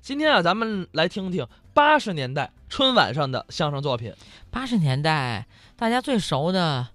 今天啊，咱们来听听八十年代春晚上的相声作品。八十年代大家最熟的，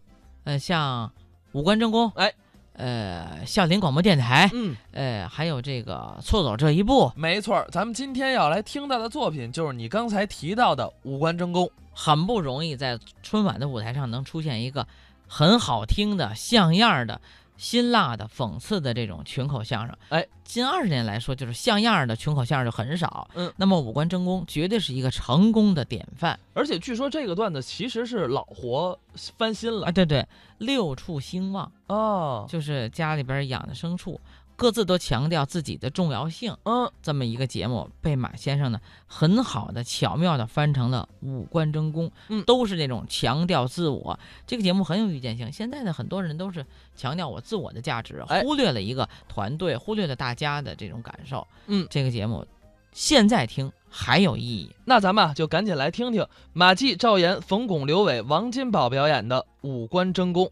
呃，像五官争功，哎，呃，孝林广播电台，嗯，呃，还有这个错走这一步，没错儿，咱们今天要来听到的作品就是你刚才提到的《五官争功》。很不容易在春晚的舞台上能出现一个很好听的、像样儿的、辛辣的、讽刺的这种群口相声。哎，近二十年来说，就是像样儿的群口相声就很少。嗯，那么五官争功绝对是一个成功的典范而且据说这个段子其实是老活翻新了啊！对对，六畜兴旺。哦，就是家里边养的牲畜，各自都强调自己的重要性。嗯，这么一个节目被马先生呢很好的、巧妙的翻成了五官争功，嗯都是那种强调自我。这个节目很有预见性。现在的很多人都是强调我自我的价值，哎忽略了一个团队，忽略了大家的这种感受。嗯这个节目现在听还有意义。那咱们啊就赶紧来听听马季、赵岩、冯巩、刘伟、王金宝表演的《五官争功》。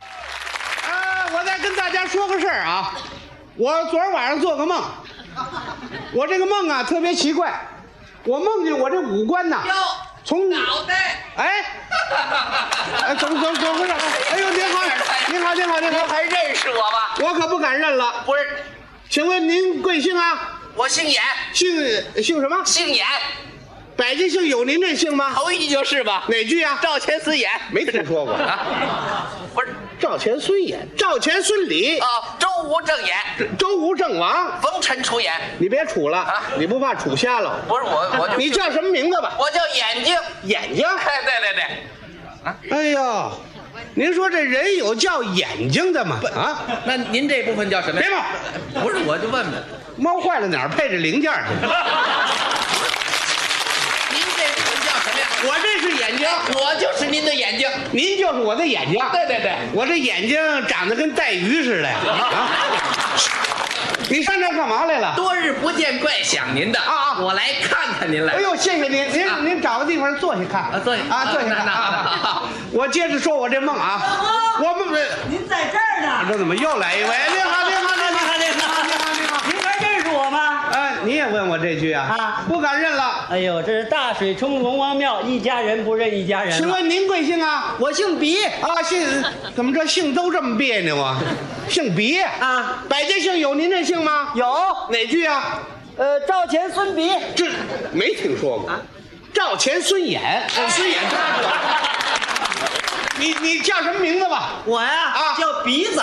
啊，我再跟大家说个事儿啊，我昨儿晚上做个梦，我这个梦啊特别奇怪，我梦见我这五官呐，从脑袋，哎，哎，怎么怎么怎么回事？哎呦，您好，您好，您好，您您好，还认识我吗？我可不敢认了。不是，请问您贵姓啊？我姓严，姓姓什么？姓严，百家姓有您这姓吗？头一句就是吧？哪句啊？赵钱孙严没听说过，啊，不是赵钱孙也，赵钱孙李，啊，周吴郑严，周吴郑王。冯陈楚严，你别杵了啊，你不怕杵瞎了？不是我，我就你叫什么名字吧？我叫眼睛，眼睛。哎，对对对，哎呦，您说这人有叫眼睛的吗？啊，那您这部分叫什么别别闹闹，不是，我就问问猫坏了哪儿配着零件去？ 您这部分叫什么呀？我这是眼睛，我就是您的眼睛，您就是我的眼睛。对对对，我这眼睛长得跟带鱼似 的呀啊！你上这儿干嘛来了？多日不见，怪想您的啊啊我来看看您来哎。呦，谢谢您，您、啊您找个地方坐下看啊坐下啊，坐下看那那那啊那。我接着说我这梦啊，我梦您在这儿呢，这怎么又来一位？你哎好，你好，你好，你好，你好，你好。您还认识我吗？哎，你也问我这句啊？啊不敢认了。哎呦，这是大水冲龙王庙，一家人不认一家人了。请问您贵姓啊？我姓鼻啊，姓怎么这姓都这么别扭 啊？姓别啊？啊，百家姓有您这姓吗？有，哪句啊？哦呃，赵钱孙鼻，这没听说啊过。赵钱孙衍，哎孙衍他 说。你你叫什么名字吧？我呀、啊叫鼻子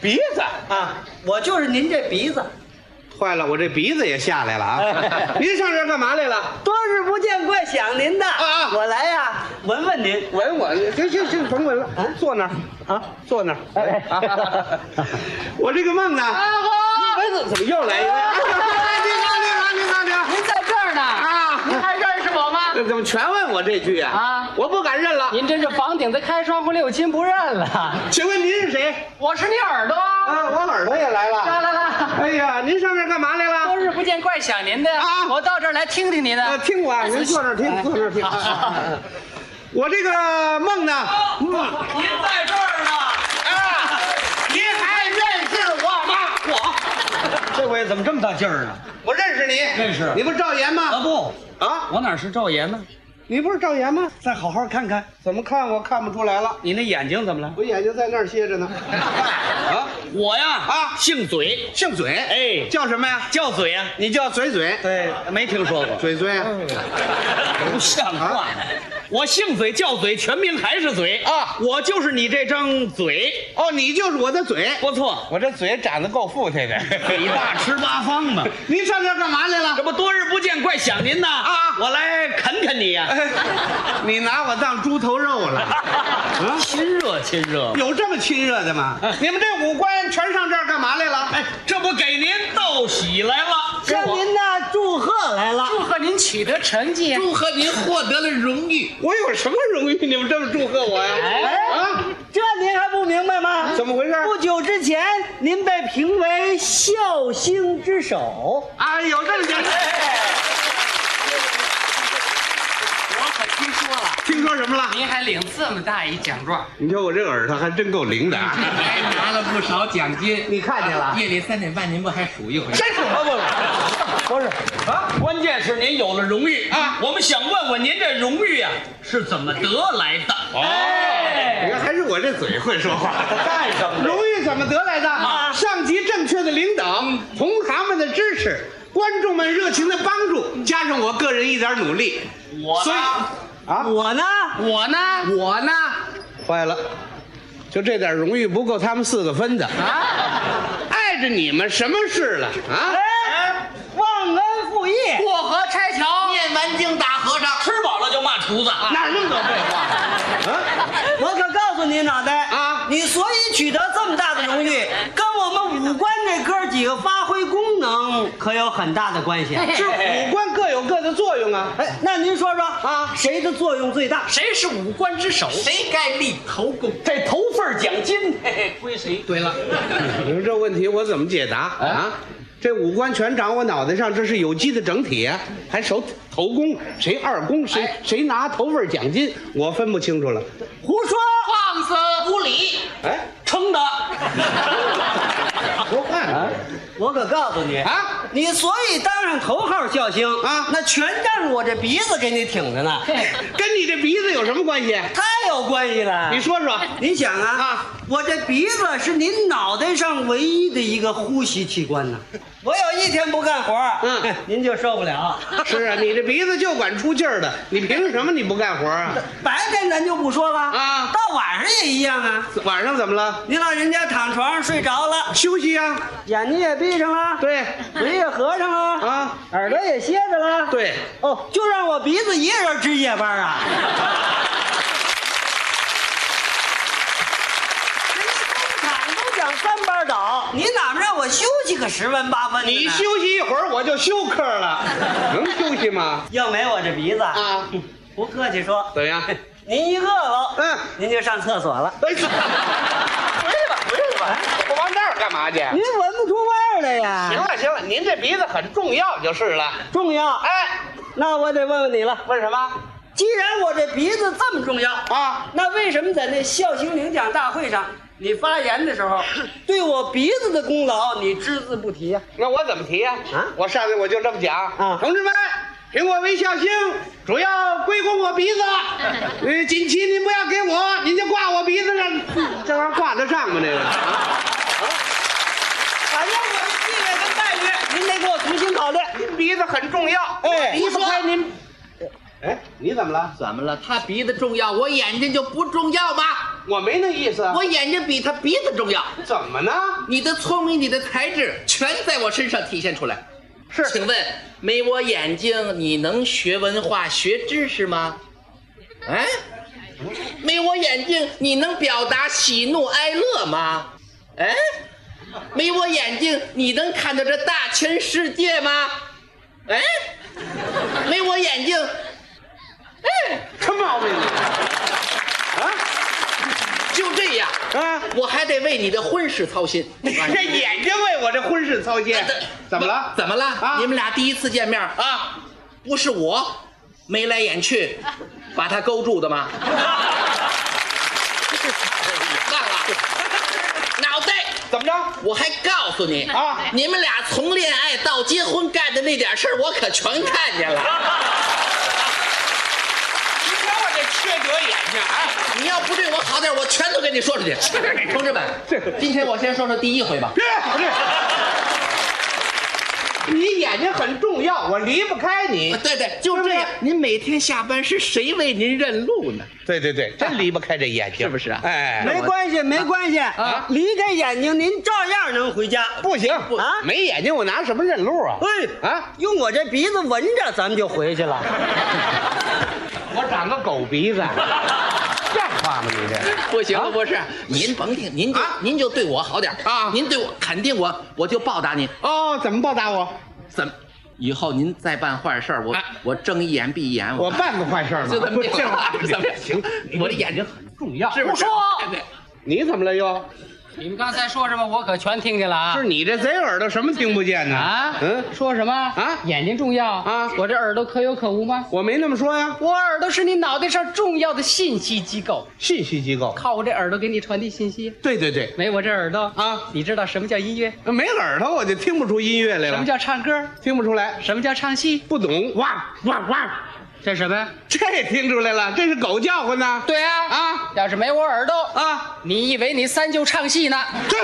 鼻子啊，我就是您这鼻子。坏了，我这鼻子也下来了哎啊！您上这儿干嘛来了？多日不见，怪想您的啊啊我来呀、闻闻您闻我，行行行，甭闻了，坐那儿啊，坐那儿。啊，我这个梦呢？蚊子怎么又来一位？你好，你好，你好，你好。您在这儿呢啊您还认识我吗？这怎么全问我这句啊？啊我不敢认了。您真是房顶子开窗户，六亲不认了。请问您是谁？我是你耳朵啊！啊，我耳朵也来来了。来来，哎呀，您上这儿干嘛来多了？日不见，怪想您的呀啊我到这儿来听听您的。啊，听我啊，您坐这儿听，坐这儿听。啊啊啊啊 我这个梦呢？梦。您在这儿呢，啊，您还认识我吗？这回怎么这么大劲儿呢？我认识你，啊认识你不是赵岩啊吗？不，啊，我哪是赵岩呢？你不是赵岩吗？再好好看看，怎么看我看不出来了，你那眼睛怎么了？我眼睛在那儿歇着呢。 啊，我呀啊姓嘴，姓嘴，哎叫什么呀？叫嘴呀、你叫嘴嘴，对，没听说过，嘴啊嘴不像话。我姓嘴叫嘴，全名还是嘴啊我就是你这张嘴，哦，你就是我的嘴。不错，我这嘴长得够富态 的。北大吃八方 嘛。您上这儿干嘛来这了？不多日不见，怪想您呐啊哎我来啃啃你呀、你拿我当猪头肉 了？啊亲热亲热。啊有这么亲热的吗？你们这五官全上这儿干嘛来了？哎，这不给您道喜来了，向您呢祝贺来了，祝贺您取得成绩。祝贺您获得了荣誉，我有什么荣誉？你们这么祝贺我呀？哎，这您还不明白吗？啊怎么回事不久之前，您被评为笑星之首。啊，有这么讲？哎我可听说了，听说什么了？您还领这么大一奖状，你瞧我这耳朵还真够灵的啊。 还拿了不少奖金。你看见了夜里三点半，您不还数一回？真是我不？不是，啊，关键是您有了荣誉啊我们想问问您这荣誉啊是怎么得来的？哎，哎，你看还是我这嘴会说话。干什么 的？荣誉怎么得来的？啊上级正确的领导，同行们的支持，观众们热情的帮助，加上我个人一点努力，我所以啊，我呢，我呢，我呢，坏了，就这点荣誉不够他们四个分的啊！碍着你们什么事了啊？哎，忘恩负义，过河拆桥，念完经打和尚，吃饱了就骂厨子啊！哪那么多废话啊？我可告诉你，脑袋啊你所以取得这么大的荣誉，跟我们五官这哥几个发挥功能可有很大的关系。是五官各有各的作用啊！哎，哎，那您说说啊，谁的作用最大？谁是五官之首？谁该立头功？这头份儿奖金嘿嘿归谁？对了， 你说这问题我怎么解答啊？这五官全长我脑袋上，这是有机的整体啊，还手头功，谁二功，谁谁拿头份奖金，我分不清楚了。胡说！放肆无礼，哎，撑的。说话呢我可告诉你，啊！你所以当上头号笑星啊那全仗着我这鼻子给你挺着呢，跟你这鼻子有什么关系？太有关系了。你说说，您想啊，啊我这鼻子是您脑袋上唯一的一个呼吸器官呢。我有一天不干活，嗯，您就受不了。是啊，你这鼻子就管出劲儿的，你凭什么你不干活啊？白天咱就不说了啊到晚上也一样啊。晚上怎么了？您老人家躺床上睡着了，休息呀、眼睛也闭上了，，对，嘴也合上了，啊，耳朵也歇着了，，对，哦，就让我鼻子一个人值夜班啊。人家工厂都讲三班倒，你哪么让我休息个十分八分的呢你休息一会儿我就休克了，能休息吗？要没我这鼻子啊，不客气说，怎么样？ 您一饿了，嗯您就上厕所了，哎，回来吧，回来吧，我往那儿干嘛去？您闻不出味儿来呀。行，了行了，您这鼻子很重要就是了。重要。哎，那我得问问你了，为什么？既然我这鼻子这么重要啊，那为什么在那孝行领奖大会上你发言的时 候，对我鼻子的功劳你只字不提呀、那我怎么提呀、啊我上去我就这么讲啊同志们，苹果微笑星主要归功我 鼻子，呃，锦旗您不要给我，您就挂我鼻子上， 这玩意儿挂得上吗？这个反正我的地位跟待遇，您得给我重新考虑。您鼻子很重要，哎离不开您。哎，你怎么了？怎么了？他鼻子重要，我眼睛就不重要吗？我没那意思啊。我眼睛比他鼻子重要。怎么呢？你的聪明，你的才智，全在我身上体现出来。是请问没我眼睛，你能学文化、学知识吗？哎，没我眼睛，你能表达喜怒哀乐吗？哎，没我眼睛，你能看到这大千世界吗？哎，没我眼睛，哎，什么毛病啊就这样，啊？我还得为你的婚事操心。 这眼睛为我这婚事操心，怎么了？哎 怎么了？啊你们俩第一次见面啊，不是我眉来眼去把他勾住的 吗？忘了，脑袋。怎么着？我还告诉你啊你们俩从恋爱到结婚干的那点事儿，我可全看见了。你瞧我这缺德眼睛啊！你要不对我好点，我全都跟你说出去。同志们，今天我先说说第一回吧。 别别，你眼睛很重要，我离不开你。对对，就这这样样。您每天下班是谁为您认路呢？对对对，真离不开这眼睛， 是不是啊哎，没关系，没关系啊，离开眼睛您照样能回家。不行啊没眼睛我拿什么认路啊？哎啊，用我这鼻子闻着，咱们就回去了。 我长个狗鼻子，像话吗你这？ 不行了，不啊是，您甭听，您就啊您就对我好点儿啊您对我肯定我，我就报答您。哦，怎么报答我？怎么？以后您再办坏事儿，我啊我睁一眼闭一眼，我办过坏事吗？就 这么定了不是怎么样行，我的眼睛很重要啊是不是？你怎么了又？你们刚才说什么，我可全听见了啊！是你这贼耳朵什么听不见呢？啊，嗯，说什么啊眼睛重要啊我这耳朵可有可无吗？我没那么说呀。我耳朵是你脑袋上重要的信息机构，信息机构，靠我这耳朵给你传递信息。对对对，没我这耳朵啊，你知道什么叫音乐？没耳朵我就听不出音乐来了。什么叫唱歌？听不出来？什么叫唱戏？不懂哇哇哇，这什么呀？这听出来了，这是狗叫唤呢。对啊，啊要是没我耳朵，啊，你以为你三舅唱戏呢？这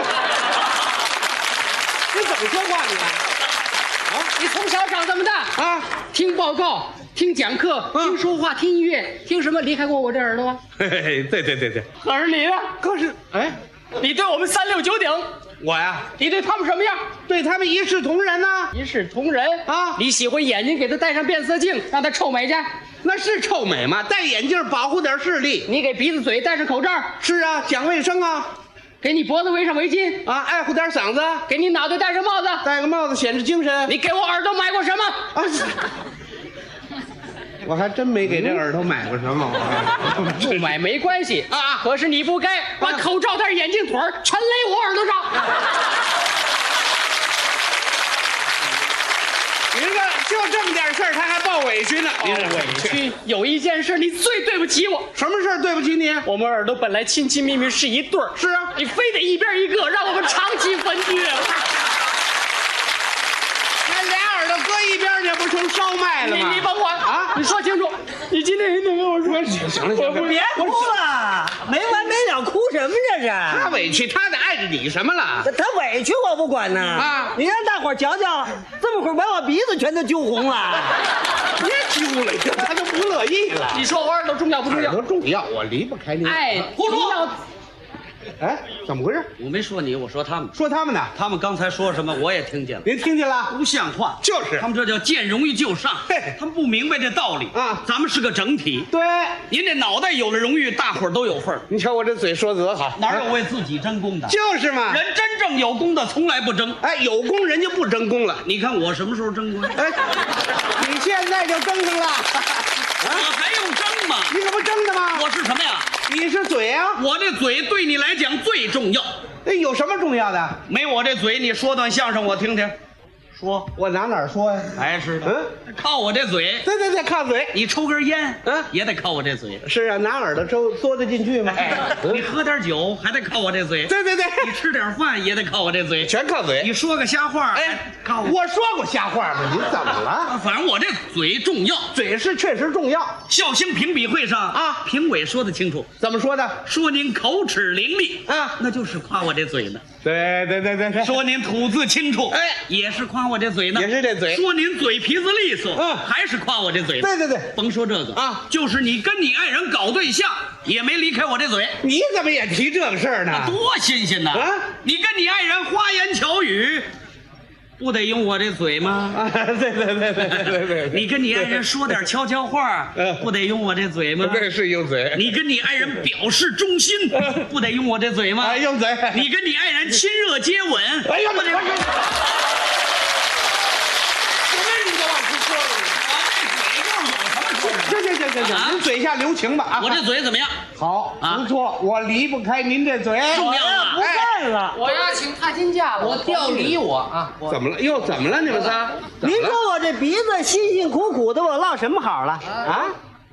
你怎么说话你啊你从小长这么大，啊？听报告，听讲课，嗯听说话，听音乐，听什么？离开过我这耳朵吗？嘿嘿嘿，对对对对，可是你呢？可是哎，你对我们三六九鼎，我呀你对他们什么样？对他们一视同仁呐、一视同仁啊你喜欢眼睛，给他戴上变色镜，让他臭美去；那是臭美吗？戴眼镜保护点视力。你给鼻子、嘴戴上口罩，是啊，讲卫生啊给你脖子围上围巾，啊，爱护点嗓子，给你脑袋戴上帽子。戴个帽子显示精神。你给我耳朵买过什么？啊，是 我还真没给这耳朵买过什 么。我不买没关系啊，可是你不该把口罩、戴眼镜腿儿全勒我耳朵上。您这就这么点事儿，他还抱委屈呢。您这哎委去，哎有一件事你最对不起我，什么事儿对不起你？我们耳朵本来亲亲密密是一对儿，是啊，你非得一边一个，让我们长期分居。啊那俩耳朵搁一边儿去，不成烧麦了你吗？你甭管啊你说清楚，你今天一定跟我说。行了行了， 别哭了，没完没了，哭什么这他是？委屈，他得碍着你什么了？ 他委屈我不管呢。啊你让大伙儿瞧瞧，这么会儿把我鼻子全都揪红了。别揪了，他就不乐意了。你说我耳朵重要不重耳要朵？重要，我离不开你。哎，胡说你要哎，怎么回事？我没说你，我说他们，说他们呢？他们刚才说什么我也听见了，您听见了？不像话。就是他们这叫见荣誉就上嘿，他们不明白这道理啊咱们是个整体，对，您这脑袋有了荣誉，大伙儿都有份儿，你瞧我这嘴说得好，哪有为自己争功的？就是嘛。人真正有功的从来不争。哎，有功人家不争功了。你看我什么时候争功？哎，你现在就争上了，我还用争吗？你可不争的吗？我是什么呀？你是嘴啊？我这嘴对你来讲最重要，那哎有什么重要的？没我这嘴，你说段相声我听听。说，我拿哪儿说呀？哎是的，嗯，靠我这嘴，对对对，靠嘴。你抽根烟，嗯也得靠我这嘴。是啊，拿耳朵抽嘬得进去吗？哎，你喝点酒还得靠我这嘴，对对对，你吃点饭也得靠我这嘴，全靠你嘴。说个瞎话，哎哎，靠，我。我说过瞎话吗？你怎么 了？反正我这嘴重要。嘴是确实重要。孝兴评比会上啊评委说的清楚，怎么说的？说您口齿伶俐啊那就是夸我这嘴呢；对对对对对，说您吐字 清楚，哎也是夸我这嘴呢；也是这嘴说您嘴皮子利索，嗯还是夸我这嘴呢。哎对对对，甭说这个啊就是你跟你爱人搞对象，也没离开我这嘴，你怎么也提这个事儿呢？多新鲜呐！啊你跟你爱人花言巧语，不得用我这嘴吗？啊，对对对对对对对，你跟你爱人说点悄悄话嗯，不得用我这嘴吗？这是用嘴，你跟你爱人表示忠心，不得用我这嘴吗嗯哎，？用嘴。你跟你爱人亲热接吻，哎呀，不我的得用我妈！这嘴行行行吗？行啊行，您嘴下留情吧啊！我这嘴怎么样？好，啊不错，我离不开您这嘴。重要不啊！干了，我要请踏金架，我调离我啊！怎么了？又怎么了？你们仨？怎么您了说我这鼻子辛辛苦苦的，我落什么好了啊？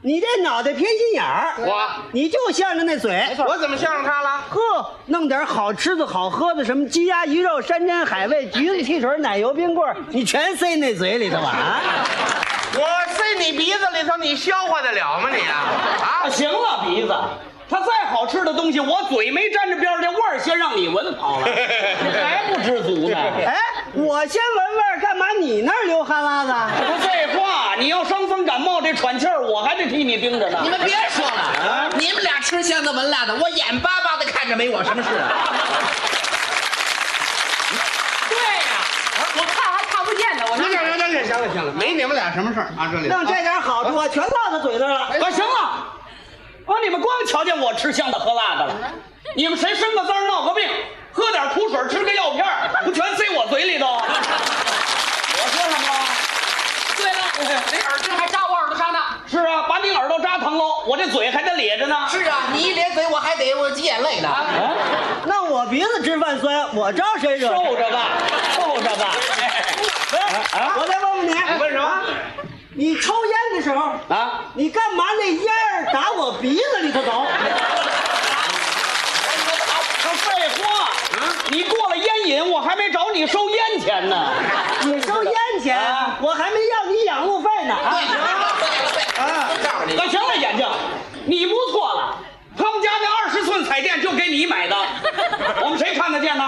你这脑袋偏心眼儿，我你就向着那嘴，我怎么向着他了？呵，弄点好吃的好喝的，什么鸡鸭鱼肉、山珍海味、橘子汽水、奶油冰棍儿，你全塞那嘴里头了 啊！我塞你鼻子里头，你消化得了吗你啊？啊啊，行了，鼻子，它再好吃的东西，我嘴没沾着边儿，这味儿先让你闻跑了，你还不知足呢？哎，我先闻味儿，干嘛你那儿流哈喇不子？废话，你要伤风感冒，这喘气儿我还得替你盯着呢。你们别说啊了，啊你们俩吃香的闻辣的，我眼巴巴的看着没我什么事啊？对呀、我看还看不见呢，我行这了行了行了行了，没你们俩什么事儿啊？这里弄这点好处啊，全落到嘴那儿了。啊，行了，啊，你们光瞧见我吃香的喝辣的了，你们谁生个灾儿闹个病，喝点苦水吃个药片儿，不全塞我嘴里头？我说什么了？对了，那耳钉还扎我耳朵上呢。是啊，把你耳朵扎疼喽，我我这嘴还得咧着呢。是啊，你一咧嘴，我还得我挤眼泪呢。那我鼻子直犯酸，我招谁惹？受着吧，受着吧。啊哎我再问问你，问什么啊？你抽烟的时候，啊，你干嘛那烟儿打我鼻子里头走？那废话，你过了烟瘾，我还没找你收烟钱呢。你收烟钱啊，我还没要你养路费呢。啊对对对对，啊我告诉你，那行了，眼镜，你不错了。他们家那二十寸彩电就给你买的，我们谁看得见呢？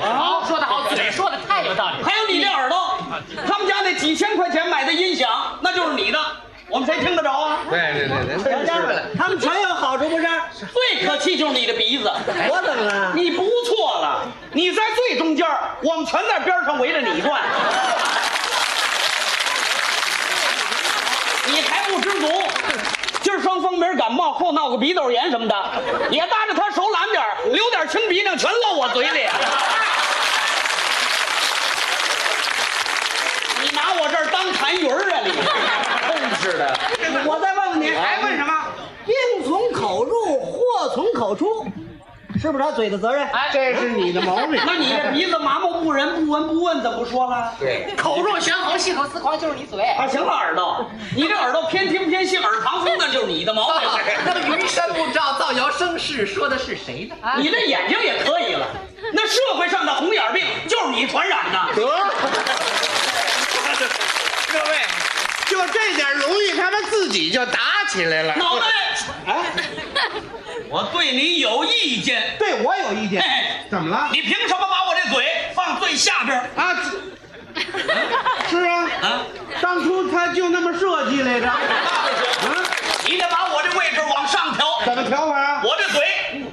啊，说的好，嘴说的太有道理。还有你这耳朵，他们家那几千块钱买的音响，那就是你的，我们谁听得着啊？哎对对对对，小家伙，他们全有好处不是？最可气就是你的鼻子，我怎么了？你不错了，你在最中间儿，我们全在边上围着你转。你还不知足，今儿伤风没感冒，后闹个鼻窦炎什么的，也搭着他手懒点儿流点清鼻涕全漏我嘴里。你拿我这儿当痰盂儿啊你！真是啊的，我再问问你，还问什么？病从口入，祸从口出，是不是他嘴的责任？哎这是你的毛病。哎那你这鼻子麻木不仁、不闻不问，怎么说了？口若悬河，信口雌黄，就是你嘴。啊，行了，耳朵，你这耳朵偏听偏信，耳旁风，那就是你的毛 病。那么云山雾罩，造谣生事，说的是谁啊呢？啊你这眼睛也可以 了，那社会上的红眼病就是你传染的。各位，就这点容易，他们自己就打起来了。脑袋，哎，我对你有意见。对我有意见哎，怎么了？你凭什么把我这嘴放最下边儿啊，是啊，啊？当初他就那么设计来着。你得把我这位置往上调，怎么调法啊？我这嘴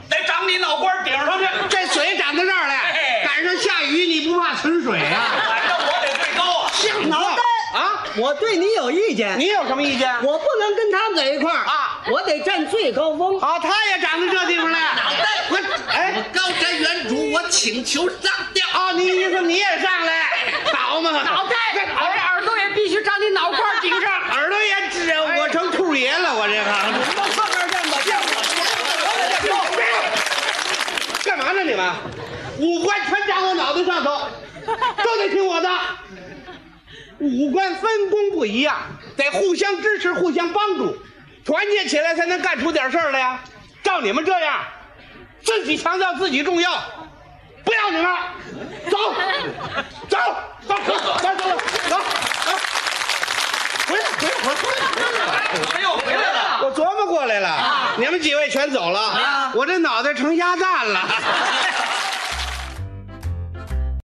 得长你脑瓜顶上去，这水长到这儿哎来，赶上下雨你不怕存水啊？反正我得最高啊。像脑话袋啊！我对你有意见，你有什么意见？我不能跟他们在一块儿啊，我得站最高峰。啊，他也长到这地方来。脑袋我我哎高瞻远瞩，我请求上吊。啊，你意思你也上来？倒嘛，脑袋，我这耳朵也必须长你脑瓜顶上。 哎耳朵也指我成兔爷了，我这个。你们上边站吧，见我。哎干嘛呢你们？五官全长我脑袋上头，都得听我的。五官分工不一样，得互相支持、互相帮助，团结起来才能干出点事儿来呀。照你们这样，自己强调自己重要，不要你们，走，走，走，走，走，走，走，走，回来，回来，回来，回来。哎呦，回来了。我琢磨过来了，你们几位全走了，我这脑袋成鸭蛋了。